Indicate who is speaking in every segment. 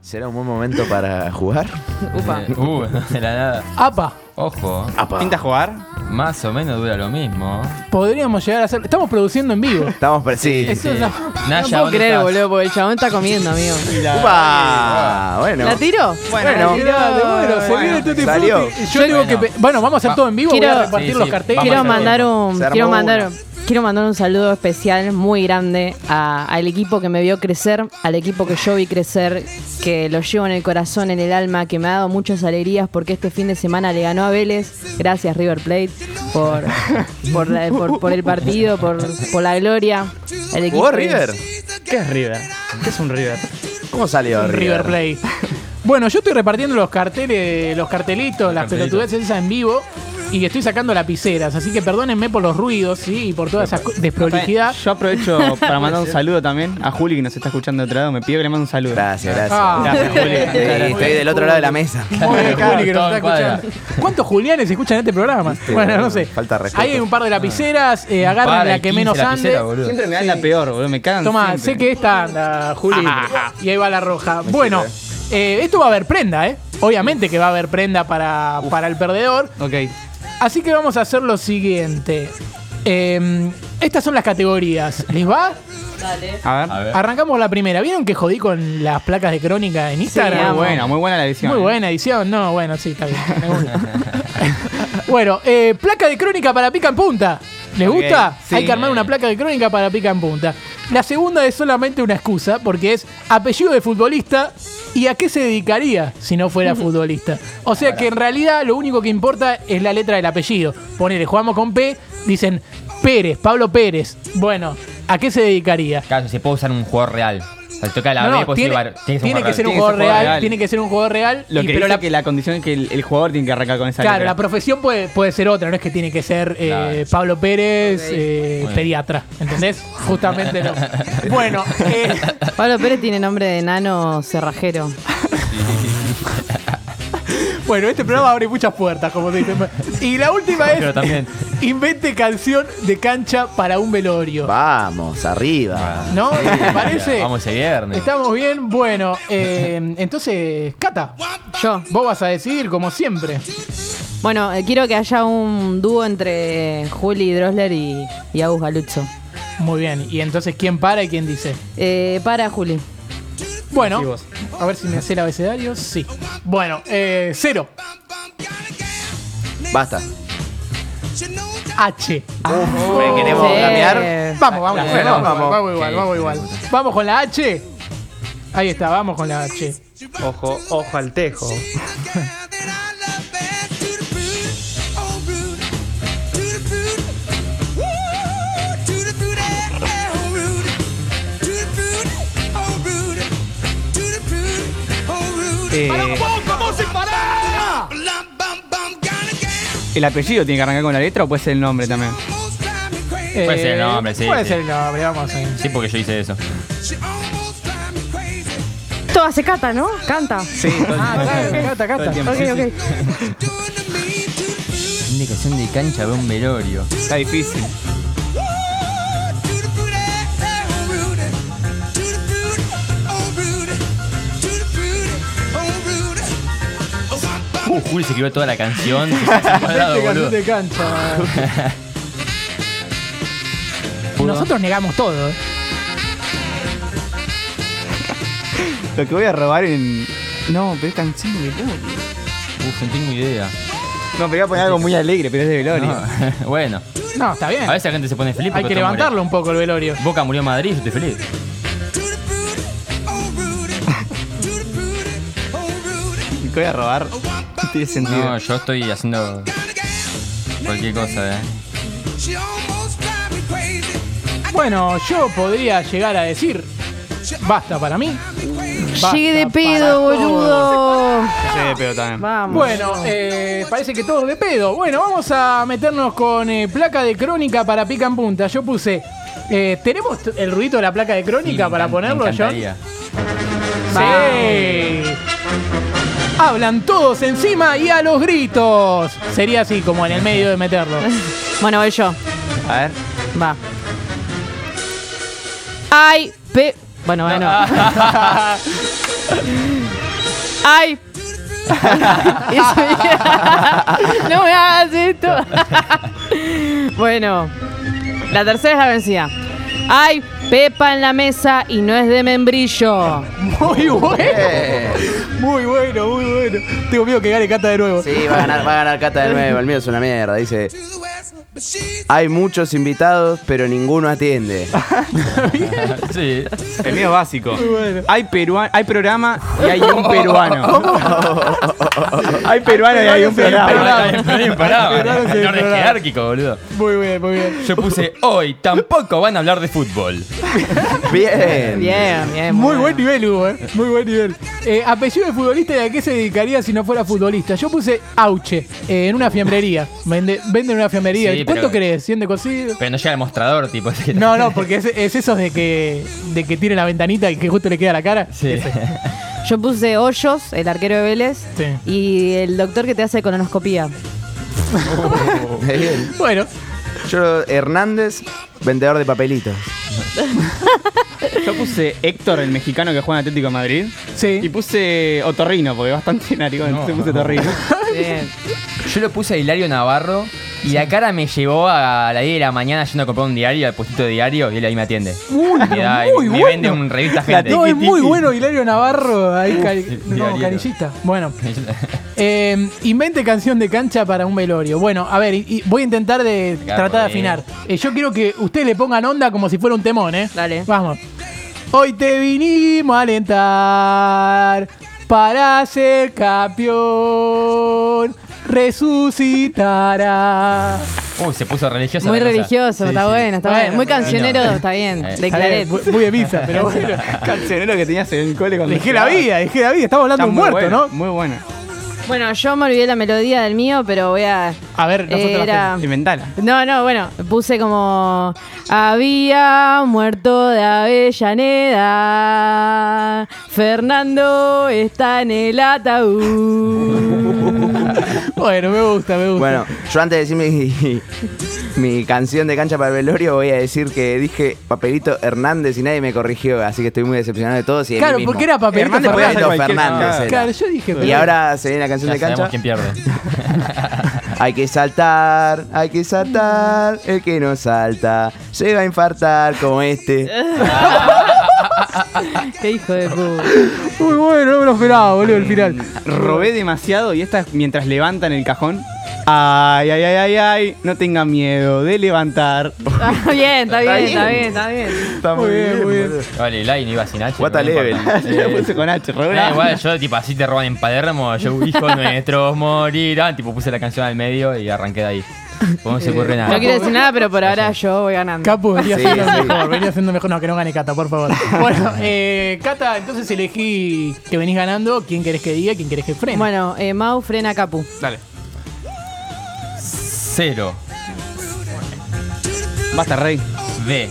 Speaker 1: ¿Será un buen momento para jugar?
Speaker 2: Upa.
Speaker 3: Eh, Uh, no de la nada.
Speaker 2: Apa,
Speaker 3: Ojo,
Speaker 1: Apa.
Speaker 4: ¿Pinta jugar?
Speaker 3: más o menos dura lo mismo.
Speaker 2: podríamos llegar a hacer. Estamos produciendo en vivo.
Speaker 1: Estamos pre- sí.
Speaker 2: Eso
Speaker 3: Sí.
Speaker 2: no-
Speaker 3: Eh, Naya,
Speaker 5: No puedo
Speaker 3: ¿dónde
Speaker 5: creer,
Speaker 3: estás?
Speaker 5: boludo, porque el chabón está comiendo, amigo.
Speaker 1: Upa, Bueno.
Speaker 5: ¿La tiro?
Speaker 1: Bueno.
Speaker 5: La tiró.
Speaker 2: se
Speaker 1: Bueno,
Speaker 2: viene este el Tutti
Speaker 1: salió.
Speaker 2: Frutti. Yo tengo que.
Speaker 3: Bueno.
Speaker 2: pe- Bueno, vamos a hacer
Speaker 3: Va-
Speaker 2: todo en vivo.
Speaker 5: Quiero-
Speaker 2: voy a repartir
Speaker 3: Sí, sí,
Speaker 2: los carteles.
Speaker 3: vamos
Speaker 5: Quiero
Speaker 3: a hacer
Speaker 5: mandar un
Speaker 1: Se armó
Speaker 5: quiero
Speaker 1: una.
Speaker 5: mandar quiero mandar un saludo especial muy grande a- al equipo que me vio crecer, al equipo que yo vi crecer, que lo llevo en el corazón, en el alma, que me ha dado muchas alegrías porque este fin de semana le ganó a Vélez. Gracias River Plate por por, la- por- por el partido, por, por la gloria. El equipo
Speaker 1: ¿Jugó River?
Speaker 4: ¿Qué es River? ¿Qué es un River?
Speaker 1: ¿Cómo salió
Speaker 2: River Play. Bueno, yo estoy repartiendo los carteles, los cartelitos, las
Speaker 3: cartelitos.
Speaker 2: pelotudeces esas en vivo y estoy sacando lapiceras, así que perdónenme por los ruidos ¿sí? y por toda esa co- desprolijidad.
Speaker 4: Yo aprovecho para mandar un saludo también a Juli que nos está escuchando de otro lado. Me pidió que le mande un saludo.
Speaker 1: Gracias, gracias.
Speaker 2: Ah.
Speaker 4: Gracias,
Speaker 1: Sí,
Speaker 4: Juli.
Speaker 1: estoy del otro lado de la mesa.
Speaker 2: Muy bien, Juli, que nos
Speaker 3: Todo
Speaker 2: está
Speaker 3: en cuadra.
Speaker 2: escuchando. ¿Cuántos Julianes escuchan este programa? Bueno, no sé.
Speaker 1: Falta de respeto.
Speaker 2: Ahí hay un par
Speaker 3: Ah.
Speaker 2: de lapiceras, eh, agarran
Speaker 3: Para,
Speaker 2: la
Speaker 3: el
Speaker 2: que
Speaker 3: 15
Speaker 2: menos
Speaker 3: la
Speaker 2: ande.
Speaker 3: piscera, boludo.
Speaker 4: Siempre me dan la peor, boludo. Me cagan.
Speaker 2: Toma,
Speaker 4: siempre.
Speaker 2: sé que esta anda, Juli. y ahí va la roja. bueno, eh, esto va a haber prenda, ¿eh? Obviamente que va a haber prenda para, para el perdedor.
Speaker 4: Ok.
Speaker 2: Así que vamos a hacer lo siguiente. Eh, estas son las categorías. ¿Les va?
Speaker 4: A ver.
Speaker 3: A ver.
Speaker 2: Arrancamos la primera. ¿Vieron que jodí con las placas de crónica en Instagram?
Speaker 4: Muy buena, muy buena la edición.
Speaker 2: Muy buena edición. No, bueno, sí, está bien. Me gusta. bueno, eh, placa de crónica para pica en punta. ¿Les
Speaker 4: Ok,
Speaker 2: gusta?
Speaker 4: sí.
Speaker 2: Hay que armar una placa de crónica para pica en punta. La segunda es solamente una excusa porque es apellido de futbolista y a qué se dedicaría si no fuera futbolista. O sea que en realidad lo único que importa es la letra del apellido. Ponele, jugamos con P, dicen Pérez, Pablo Pérez. Bueno, ¿a qué se dedicaría?
Speaker 3: Claro, se puede usar un jugador real. Al tocar la
Speaker 2: No, no,
Speaker 3: B, puede
Speaker 2: tiene,
Speaker 3: ser- tiene
Speaker 2: tiene que ser un
Speaker 4: Tiene que ser
Speaker 2: jugador
Speaker 4: jugador
Speaker 2: real,
Speaker 4: real.
Speaker 2: tiene que ser un jugador real.
Speaker 4: Lo
Speaker 2: y-
Speaker 4: que
Speaker 2: pero
Speaker 4: dice
Speaker 2: la-
Speaker 4: que la condición es que el, el jugador tiene que arrancar con esa
Speaker 2: Claro, la
Speaker 4: letra.
Speaker 2: profesión puede, puede ser otra, no es que tiene que ser eh,
Speaker 3: Claro.
Speaker 2: Pablo Pérez, eh,
Speaker 3: Bueno.
Speaker 2: pediatra, ¿entendés? Justamente no. Bueno, eh,
Speaker 5: Pablo Pérez tiene nombre de nano cerrajero.
Speaker 2: bueno, este programa abre muchas puertas, como se dice. Y la última es,
Speaker 3: Pero también.
Speaker 2: invente canción de cancha para un velorio.
Speaker 1: Vamos, arriba.
Speaker 2: ¿No? ¿Te parece?
Speaker 3: Vamos ese viernes.
Speaker 2: Estamos bien, bueno, eh, entonces, Cata,
Speaker 5: Yo.
Speaker 2: vos vas a decidir como siempre.
Speaker 5: Bueno, eh, quiero que haya un dúo entre Juli Drosler y, y Agus Galuzzo.
Speaker 2: Muy bien, y entonces, ¿quién para y quién dice?
Speaker 5: Eh, para Juli.
Speaker 2: Bueno,
Speaker 4: Sí, vos.
Speaker 2: a ver si me sé el abecedario, sí. Bueno, eh, cero,
Speaker 1: Basta.
Speaker 2: H. Eh,
Speaker 1: Bueno,
Speaker 5: Oh.
Speaker 1: ¿Queremos
Speaker 5: Sí.
Speaker 1: cambiar?
Speaker 2: Vamos, vamos,
Speaker 1: La-
Speaker 2: bueno,
Speaker 1: la-
Speaker 2: vamos,
Speaker 1: vamos.
Speaker 2: vamos igual,
Speaker 3: Sí,
Speaker 2: vamos
Speaker 3: sí,
Speaker 2: igual.
Speaker 3: sí.
Speaker 2: Vamos con la H. Ahí está, vamos con la H.
Speaker 4: Ojo, ojo al tejo. Eh, ¿El apellido tiene que arrancar con la letra o puede ser el nombre también?
Speaker 2: Ah,
Speaker 3: Puede ser el nombre, sí,
Speaker 2: Eh, Puede
Speaker 3: sí.
Speaker 2: ser el nombre, vamos a
Speaker 3: Sí, porque yo hice eso.
Speaker 5: Todo hace cata, ¿no? Canta.
Speaker 4: Sí, todo
Speaker 2: Ah, claro, cata,
Speaker 4: Todo
Speaker 2: cata.
Speaker 4: el tiempo.
Speaker 5: Ok,
Speaker 4: Sí, sí.
Speaker 5: ok.
Speaker 3: Indicación de cancha de un velorio.
Speaker 4: Está difícil.
Speaker 3: Uh, Juli se escribió toda la canción. Se ha cuadrado, boludo.
Speaker 2: Este de cancha. Nosotros negamos todo. ¿eh?
Speaker 4: Lo que voy a robar en. No, pero es canción de velorio.
Speaker 3: Uf, Uh, no tengo idea.
Speaker 4: No, pero voy a poner algo muy alegre, pero es de velorio.
Speaker 3: No. bueno,
Speaker 2: No, está bien.
Speaker 3: a veces la gente se pone feliz.
Speaker 2: Hay
Speaker 3: porque
Speaker 2: que
Speaker 3: todo muere.
Speaker 2: levantarlo un poco el velorio.
Speaker 3: Boca murió en Madrid, yo estoy feliz.
Speaker 4: Lo que voy a robar no tiene sentido.
Speaker 3: No, yo estoy haciendo cualquier cosa, eh.
Speaker 2: Bueno, yo podría llegar a decir. Basta para mí. Basta
Speaker 5: Llegué de
Speaker 2: para
Speaker 5: pedo,
Speaker 2: todos.
Speaker 5: boludo.
Speaker 4: Sí, pero también.
Speaker 5: Vamos.
Speaker 2: Bueno, eh, parece que todos de pedo. Bueno, vamos a meternos con eh, placa de crónica para pica en punta. Yo puse. eh, ¿Tenemos t- el ruido de la placa de crónica
Speaker 3: Sí, me
Speaker 2: para
Speaker 3: encan-
Speaker 2: ponerlo,
Speaker 3: me
Speaker 2: John?
Speaker 3: encantaría.
Speaker 2: Sí. Hablan todos encima y a los gritos. Sería así, como en el medio de meterlo.
Speaker 5: Bueno, voy yo.
Speaker 4: A ver.
Speaker 5: Va. Ay, pe. Bueno, bueno. ¡Ay! Eso- no me hagas esto. bueno, la tercera es la vencida. ¡Ay! Pepa en la mesa y no es de membrillo.
Speaker 2: Muy bueno.
Speaker 1: Eh,
Speaker 2: Muy bueno, muy bueno. Tengo miedo que gane Cata de nuevo.
Speaker 1: sí, va a ganar, va a ganar Cata de nuevo. El mío es una mierda. Dice: Hay muchos invitados, pero ninguno atiende.
Speaker 3: Sí.
Speaker 4: El mío es básico.
Speaker 2: bueno.
Speaker 4: Hay, perua- hay programa y hay un peruano. hay peruano y hay un
Speaker 2: peruano.
Speaker 4: programa.
Speaker 3: Pará, pará, pará.
Speaker 2: Claro que
Speaker 3: El orden
Speaker 2: es verdad.
Speaker 3: jerárquico, boludo.
Speaker 2: Muy bien, muy bien.
Speaker 3: Yo puse hoy, tampoco van a hablar de fútbol.
Speaker 1: Bien.
Speaker 5: Bien, bien.
Speaker 2: Muy buen
Speaker 5: bueno.
Speaker 2: nivel, Hugo, ¿eh? Muy buen nivel. Eh, apellido de futbolista, ¿y ¿a qué se dedicaría si no fuera futbolista? Yo puse Auche, eh, en una fiambrería. Vende, vende en una fiambrería.
Speaker 3: Sí,
Speaker 2: ¿Cuánto
Speaker 3: pero-
Speaker 2: crees? ¿Cien de cocido?
Speaker 3: Pero no llega el mostrador, tipo. así que-
Speaker 2: No, no, porque es, es esos de que, de que tire la ventanita y que justo le queda la cara.
Speaker 3: Sí.
Speaker 5: Yo puse Hoyos, el arquero de Vélez,
Speaker 2: Sí.
Speaker 5: y el doctor que te hace colonoscopía.
Speaker 1: Bien.
Speaker 2: Bueno,
Speaker 1: Yo, Hernández, vendedor de papelitos.
Speaker 4: Yo puse Héctor, el mexicano que juega en Atlético de Madrid. Y
Speaker 2: sí.
Speaker 4: puse Otorrino, porque bastante narigón, entonces puse Otorrino.
Speaker 5: Bien.
Speaker 3: Yo lo puse a Hilario Navarro y la cara me llevó a las 10 de la mañana yendo a comprar un diario, al puestito de diario, y él ahí me atiende.
Speaker 2: Muy,
Speaker 3: Me, da-
Speaker 2: muy
Speaker 3: me
Speaker 2: bueno.
Speaker 3: vende un revista gente.
Speaker 2: No, es muy
Speaker 4: Tiki.
Speaker 2: bueno Hilario Navarro, ahí cari-
Speaker 3: sí,
Speaker 2: no,
Speaker 3: Hilarito.
Speaker 2: canillista. Bueno, eh, invente canción de cancha para un velorio. Bueno, a ver, y- y voy a intentar de
Speaker 3: Venga,
Speaker 2: tratar de
Speaker 3: por ahí.
Speaker 2: afinar. Eh, yo quiero que ustedes le pongan onda como si fuera un temón, ¿eh?
Speaker 5: Dale.
Speaker 2: Vamos. Hoy te vinimos a alentar para ser campeón. Resucitará.
Speaker 3: Uy, se puso religioso.
Speaker 5: Muy
Speaker 3: la cosa.
Speaker 5: religioso,
Speaker 3: Sí,
Speaker 5: está
Speaker 3: sí.
Speaker 5: bueno, está
Speaker 2: Bueno,
Speaker 5: bueno. Muy
Speaker 2: bueno.
Speaker 5: cancionero, está bien.
Speaker 3: Eh,
Speaker 5: De
Speaker 2: Está bien,
Speaker 5: Claret.
Speaker 2: Muy muy de misa, pero bueno.
Speaker 4: Cancionero que tenías en el cole cuando.
Speaker 2: Dejé la vida, dejé la vida. Estamos
Speaker 4: Está
Speaker 2: hablando de un
Speaker 4: muy
Speaker 2: muerto,
Speaker 4: buena,
Speaker 2: ¿no?
Speaker 4: Muy buena.
Speaker 5: Bueno, yo me olvidé la melodía del mío, pero voy a.
Speaker 2: A ver, nosotros la
Speaker 5: Era-
Speaker 4: Inventala.
Speaker 5: No, no, bueno, puse como. Había muerto de Avellaneda. Fernando está en el ataúd.
Speaker 2: Bueno, me gusta, me gusta.
Speaker 1: Bueno, yo antes de decir mi, mi canción de cancha para el velorio, voy a decir que dije papelito Hernández y nadie me corrigió, así que estoy muy decepcionado de todos. Y de mí
Speaker 2: Claro,
Speaker 1: mismo.
Speaker 2: porque era papelito
Speaker 4: Hernández ah, podía
Speaker 2: Fernández.
Speaker 1: Papelito
Speaker 4: ser cualquier-
Speaker 1: Fernández. era.
Speaker 2: Claro, yo dije,
Speaker 1: Y
Speaker 2: pero-
Speaker 1: ahora se viene la canción
Speaker 3: Ya
Speaker 1: de
Speaker 3: sabemos
Speaker 1: cancha.
Speaker 3: quién pierde.
Speaker 1: Hay que saltar, hay que saltar, el que no salta se va a infartar como este.
Speaker 5: Qué hijo de puta.
Speaker 2: Muy bueno, no me lo esperaba, boludo, el final.
Speaker 4: Robé demasiado y esta es mientras levantan el cajón. Ay, ay, ay, ay, ay. No tenga miedo de levantar.
Speaker 5: Está bien, está bien, está bien, está bien.
Speaker 1: Está
Speaker 2: muy bien, muy bien.
Speaker 3: Vale, Eli no iba sin H.
Speaker 1: What a
Speaker 3: no importa.
Speaker 4: Lo
Speaker 3: Sí.
Speaker 4: puse con H, robé.
Speaker 3: No, igual yo, tipo, así te roban en Palermo, yo, hijo nuestro, morirán. Tipo, puse la canción al medio y arranqué de ahí. Pues no se ocurre nada.
Speaker 5: No quiero decir nada, pero por ahora yo voy ganando.
Speaker 2: Capu venía
Speaker 1: Sí,
Speaker 2: siendo
Speaker 1: sí.
Speaker 2: mejor, venía siendo mejor. No, que no gane Cata, por favor. Bueno, eh, Cata, entonces elegí que venís ganando. ¿Quién querés que diga? ¿Quién querés que frene?
Speaker 5: Bueno, eh, Mau frena a Capu.
Speaker 4: Dale.
Speaker 3: Cero.
Speaker 4: Basta, rey.
Speaker 3: D.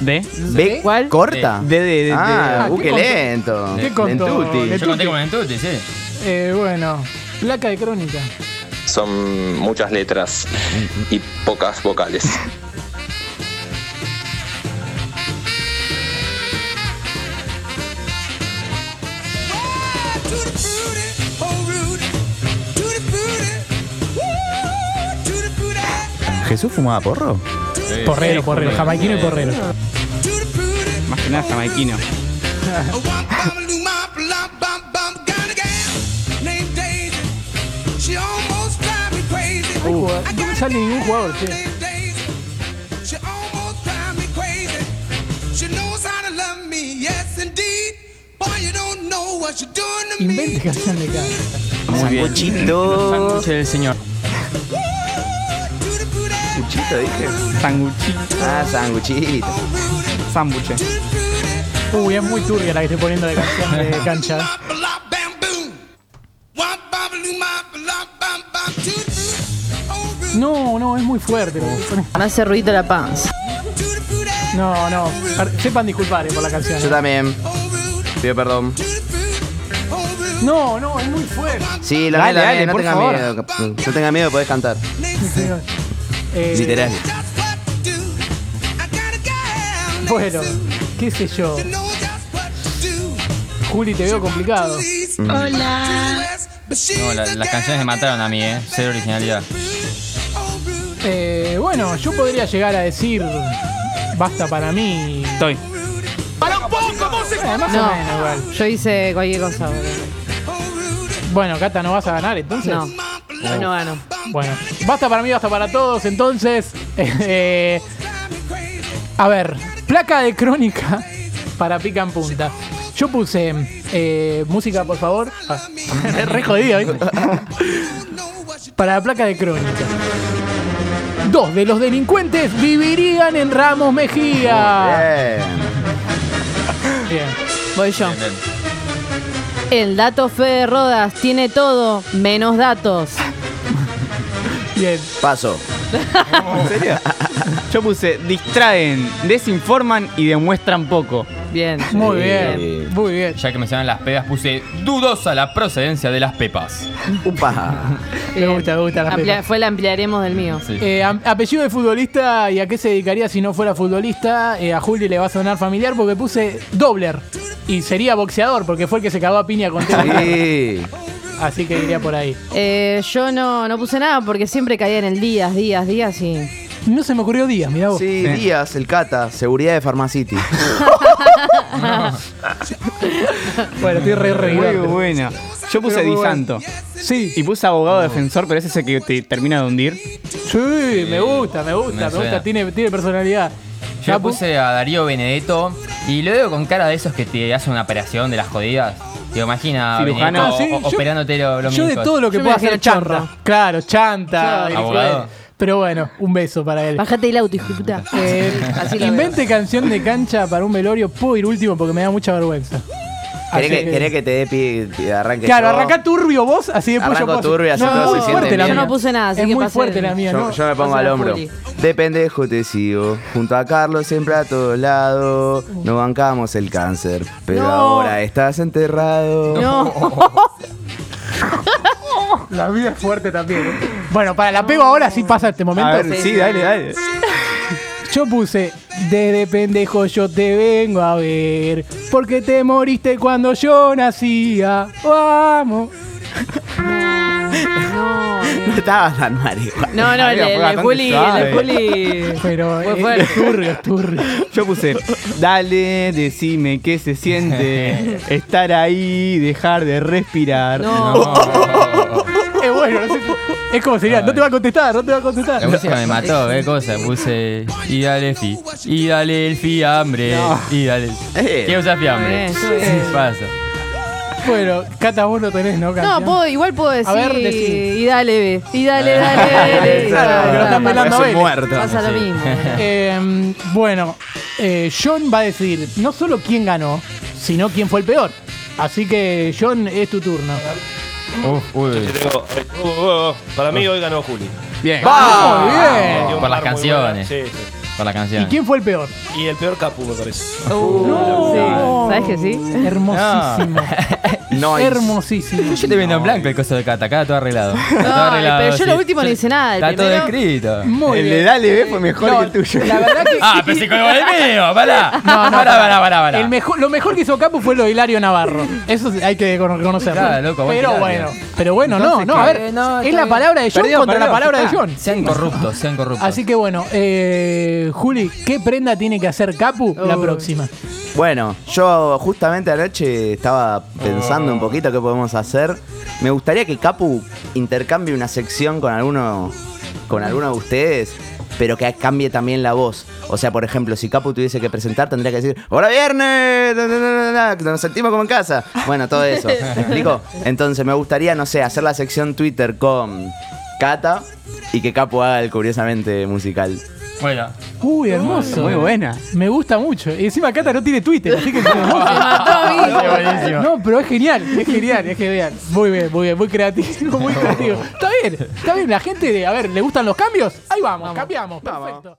Speaker 4: ¿De?
Speaker 1: ¿Ve?
Speaker 5: ¿Cuál?
Speaker 1: ¿Corta?
Speaker 4: De, de, de.
Speaker 1: Ah,
Speaker 2: de-
Speaker 1: uh, qué
Speaker 2: Ah, ¿qué
Speaker 1: lento.
Speaker 2: contó? ¿Qué contó?
Speaker 1: Lentuti.
Speaker 2: Le-
Speaker 3: Yo conté con Entuti, sí.
Speaker 2: Eh, bueno, placa de crónica.
Speaker 6: Son muchas letras y pocas vocales.
Speaker 7: ¿Jesús fumaba porro?
Speaker 2: Porrero, porrero, jamaiquino y porrero.
Speaker 4: de- Más que nada jamaiquino.
Speaker 2: Uh, no me sale ningún jugador, che. Invente canción de Cata.
Speaker 1: Muy bien. Sanguchito.
Speaker 3: Sánchez del señor.
Speaker 1: Sanguchito, dije.
Speaker 4: Sanguchito.
Speaker 1: Ah, sanguchito.
Speaker 4: Sambuche.
Speaker 2: Uy, es muy turbia la que estoy poniendo de canción de cancha. No, no, es muy fuerte. lo que pone.
Speaker 5: Me hace ruido la panza.
Speaker 2: No, no. per- Sepan disculpar eh, por la canción.
Speaker 1: Yo también. Pido perdón.
Speaker 2: No, no, es muy fuerte.
Speaker 1: Sí, lo
Speaker 4: Dale, dale,
Speaker 1: no
Speaker 4: por
Speaker 1: tenga
Speaker 4: favor.
Speaker 1: miedo. No tenga miedo, podés cantar.
Speaker 2: Eh,
Speaker 1: Literal.
Speaker 2: Eh, Bueno, qué sé yo. Juli, te veo complicado.
Speaker 7: Hola.
Speaker 3: No, la- las canciones me mataron a mí, ¿eh? Cero originalidad.
Speaker 2: Eh, bueno, yo podría llegar a decir. Basta para mí.
Speaker 4: Estoy.
Speaker 2: Eh, más o menos igual.
Speaker 5: No, yo hice cualquier cosa. boludo.
Speaker 2: Bueno, Cata, ¿no vas a ganar entonces?
Speaker 5: No, yo no gano.
Speaker 2: Bueno, basta para mí, basta para todos. Entonces, eh, a ver, placa de crónica para pica en punta. Yo puse eh, música, por favor. Ah, re jodido, ¿viste? para la placa de crónica. Dos de los delincuentes vivirían en Ramos Mejía.
Speaker 1: Bien.
Speaker 2: Bien.
Speaker 5: Voy yo.
Speaker 3: Bien, bien.
Speaker 5: El dato Fede Rodas tiene todo menos datos.
Speaker 2: Bien.
Speaker 1: Paso.
Speaker 4: ¿En serio? Yo puse distraen, desinforman y demuestran poco.
Speaker 5: Bien.
Speaker 2: Muy
Speaker 1: Sí.
Speaker 2: bien. Muy bien.
Speaker 3: Ya que mencionan las pedas, puse dudosa la procedencia de las pepas.
Speaker 1: Upa.
Speaker 2: Me gusta, me gusta la
Speaker 5: Amplia-
Speaker 2: pepa.
Speaker 5: Fue la ampliaremos del mío.
Speaker 3: Sí.
Speaker 2: Eh, am- apellido de futbolista y a qué se dedicaría si no fuera futbolista. Eh, a Juli le va a sonar familiar porque puse dobler. Y sería boxeador porque fue el que se cagó a piña con Teo.
Speaker 1: Sí.
Speaker 2: Así que iría por ahí.
Speaker 5: Eh, yo no, no puse nada porque siempre caía en el días, días, días y.
Speaker 2: No se me ocurrió Díaz, mirá vos.
Speaker 1: Sí, Díaz, el Cata, seguridad de Farmacity.
Speaker 2: Bueno, estoy re re
Speaker 4: Muy
Speaker 2: grande.
Speaker 4: bueno. Yo puse
Speaker 2: Pero muy
Speaker 4: disanto.
Speaker 2: Sí,
Speaker 4: Y puse abogado defensor, pero ese es el que te termina de hundir.
Speaker 2: sí, me gusta, me gusta,
Speaker 3: Me
Speaker 2: me, gusta,
Speaker 3: suena.
Speaker 2: tiene, tiene personalidad.
Speaker 3: Yo
Speaker 2: Chapu.
Speaker 3: puse a Darío Benedetto y lo veo con cara de esos que te hacen una operación de las jodidas. Te imagina
Speaker 4: Cirujano.
Speaker 3: Benedetto
Speaker 2: Ah, sí,
Speaker 3: o-
Speaker 2: yo-
Speaker 3: operándote lo- los
Speaker 2: Yo de
Speaker 3: milicos.
Speaker 2: todo lo que
Speaker 5: Yo me
Speaker 2: pueda
Speaker 5: imagino
Speaker 2: hacer chanta.
Speaker 5: chorro.
Speaker 2: Claro, chanta.
Speaker 3: Abogado.
Speaker 2: Pero bueno, un beso para él.
Speaker 5: Bájate el auto, hijo de puta.
Speaker 2: Eh,
Speaker 5: Así lo veo.
Speaker 2: invente canción de cancha para un velorio. Puedo ir último porque me da mucha vergüenza. Así
Speaker 1: ¿Querés que, querés que te dé pie y arranque
Speaker 2: Claro,
Speaker 1: yo?
Speaker 2: arranca turbio vos, así después
Speaker 1: Arranco
Speaker 2: yo puedo hacer-
Speaker 1: turbio, así todos
Speaker 2: es
Speaker 1: se
Speaker 2: muy
Speaker 1: sienten
Speaker 2: fuerte la
Speaker 1: bien.
Speaker 2: mía.
Speaker 5: Yo no puse nada, así
Speaker 2: es
Speaker 5: que
Speaker 2: muy
Speaker 5: pase
Speaker 2: fuerte
Speaker 5: el-
Speaker 2: la mía,
Speaker 1: Yo,
Speaker 2: ¿no?
Speaker 1: yo me pongo
Speaker 5: pasa
Speaker 1: al
Speaker 5: la
Speaker 1: hombro.
Speaker 5: Juli.
Speaker 1: De pendejo te sigo, junto a Carlos siempre a todos lados. No bancamos el cáncer, pero
Speaker 5: No.
Speaker 1: ahora estás enterrado.
Speaker 5: No.
Speaker 2: La mía es fuerte también. Bueno, para la pego ahora sí pasa este momento.
Speaker 4: A ver, sí, dale, dale.
Speaker 2: Yo puse, desde pendejo yo te vengo a ver, porque te moriste cuando yo nacía. Vamos.
Speaker 1: No estabas tan mal
Speaker 2: eh.
Speaker 1: igual.
Speaker 5: No, no, el,
Speaker 4: Amiga, fue
Speaker 5: el, de Juli, el
Speaker 4: bastante
Speaker 5: de
Speaker 4: suave.
Speaker 5: Juli.
Speaker 2: Pero
Speaker 5: Fue
Speaker 2: eh,
Speaker 5: fuerte.
Speaker 2: es turbio, es turbio.
Speaker 4: Yo puse, dale, decime qué se siente estar ahí, dejar de respirar.
Speaker 5: No.
Speaker 3: No.
Speaker 2: Es bueno, no sé si- es como sería, no te va a contestar, no te va a contestar.
Speaker 3: La música me mató, ¿qué cosa? Puse. Y dale, fi. Y dale el fiambre. Y dale.
Speaker 1: Eh.
Speaker 3: ¿Qué usa fiambre?
Speaker 5: Muy bien, muy
Speaker 3: ¿Qué pasa?
Speaker 2: Bueno, Cata, vos no tenés, ¿no?
Speaker 5: No,
Speaker 2: canción?
Speaker 5: puedo, igual puedo decir.
Speaker 2: ver, decí. Eh,
Speaker 5: y dale, ve. Y dale, dale, dale.
Speaker 2: Claro, que lo están velando a
Speaker 1: Parece
Speaker 2: Vélez.
Speaker 1: muerto.
Speaker 5: Pasa lo mismo.
Speaker 2: Eh, bueno, eh, John va a decidir no solo quién ganó, sino quién fue el peor. Así que, John, es tu turno.
Speaker 3: Uf, uy.
Speaker 8: Pero, eh, uh, uh, uh, para mí hoy ganó Juli.
Speaker 4: Bien.
Speaker 2: ¡Muy bien!
Speaker 8: Dio un
Speaker 3: Por las
Speaker 8: par muy buena.
Speaker 3: canciones.
Speaker 8: Sí, sí.
Speaker 3: Por la
Speaker 2: Eh. ¿Y
Speaker 3: canción.
Speaker 2: quién fue el peor?
Speaker 8: Y el peor Capu, me parece.
Speaker 5: Sí. ¿Sabes que
Speaker 2: Oh.
Speaker 5: sí?
Speaker 2: Hermosísimo.
Speaker 1: No,
Speaker 2: Hermosísimo.
Speaker 3: Yo te vendo en blanco el coso de Cata, acá todo arreglado. No,
Speaker 5: pero yo lo último no hice nada, el
Speaker 3: Está todo
Speaker 5: primero-
Speaker 3: escrito.
Speaker 2: Muy
Speaker 4: El de
Speaker 2: bien.
Speaker 4: dale, ve fue mejor
Speaker 2: No,
Speaker 4: que el tuyo.
Speaker 2: La verdad que
Speaker 3: Ah, pero si colgó el mío, pará. No, no, pará, pará, pará, pará.
Speaker 2: el mejor, lo mejor que hizo Capu fue lo de Hilario Navarro. Eso hay que recono- reconocerlo.
Speaker 3: Claro, loco, buen
Speaker 2: pero
Speaker 3: Hilario.
Speaker 2: bueno, pero bueno, no, no, a ver, es la palabra de John
Speaker 4: Perdió,
Speaker 2: contra la
Speaker 4: perdió,
Speaker 2: palabra de
Speaker 4: ya está.
Speaker 2: John.
Speaker 3: Sean corruptos, sean corruptos.
Speaker 2: Así que bueno, eh, Juli, ¿qué prenda tiene que hacer Capu la
Speaker 5: Uy.
Speaker 2: próxima?
Speaker 1: Bueno, yo justamente anoche estaba pensando un poquito qué podemos hacer. Me gustaría que Capu intercambie una sección con alguno, con alguno de ustedes, pero que cambie también la voz. O sea, por ejemplo, si Capu tuviese que presentar, tendría que decir, ¡Hola viernes! na, na, na, na, na, Nos sentimos como en casa. Bueno, todo eso. ¿Me explico? Entonces me gustaría, no sé, hacer la sección Twitter con Cata y que Capu haga el curiosamente musical.
Speaker 3: Bueno,
Speaker 2: Uy, hermoso.
Speaker 4: Muy buena.
Speaker 2: Me gusta mucho. Y encima Cata no tiene Twitter, así que es hermoso.
Speaker 3: buenísimo.
Speaker 2: No, pero es genial, es genial, es genial. Muy bien, muy bien, muy creativo, muy creativo. Está bien, está bien, la gente, a ver, ¿le gustan los cambios? Ahí vamos, cambiamos, perfecto.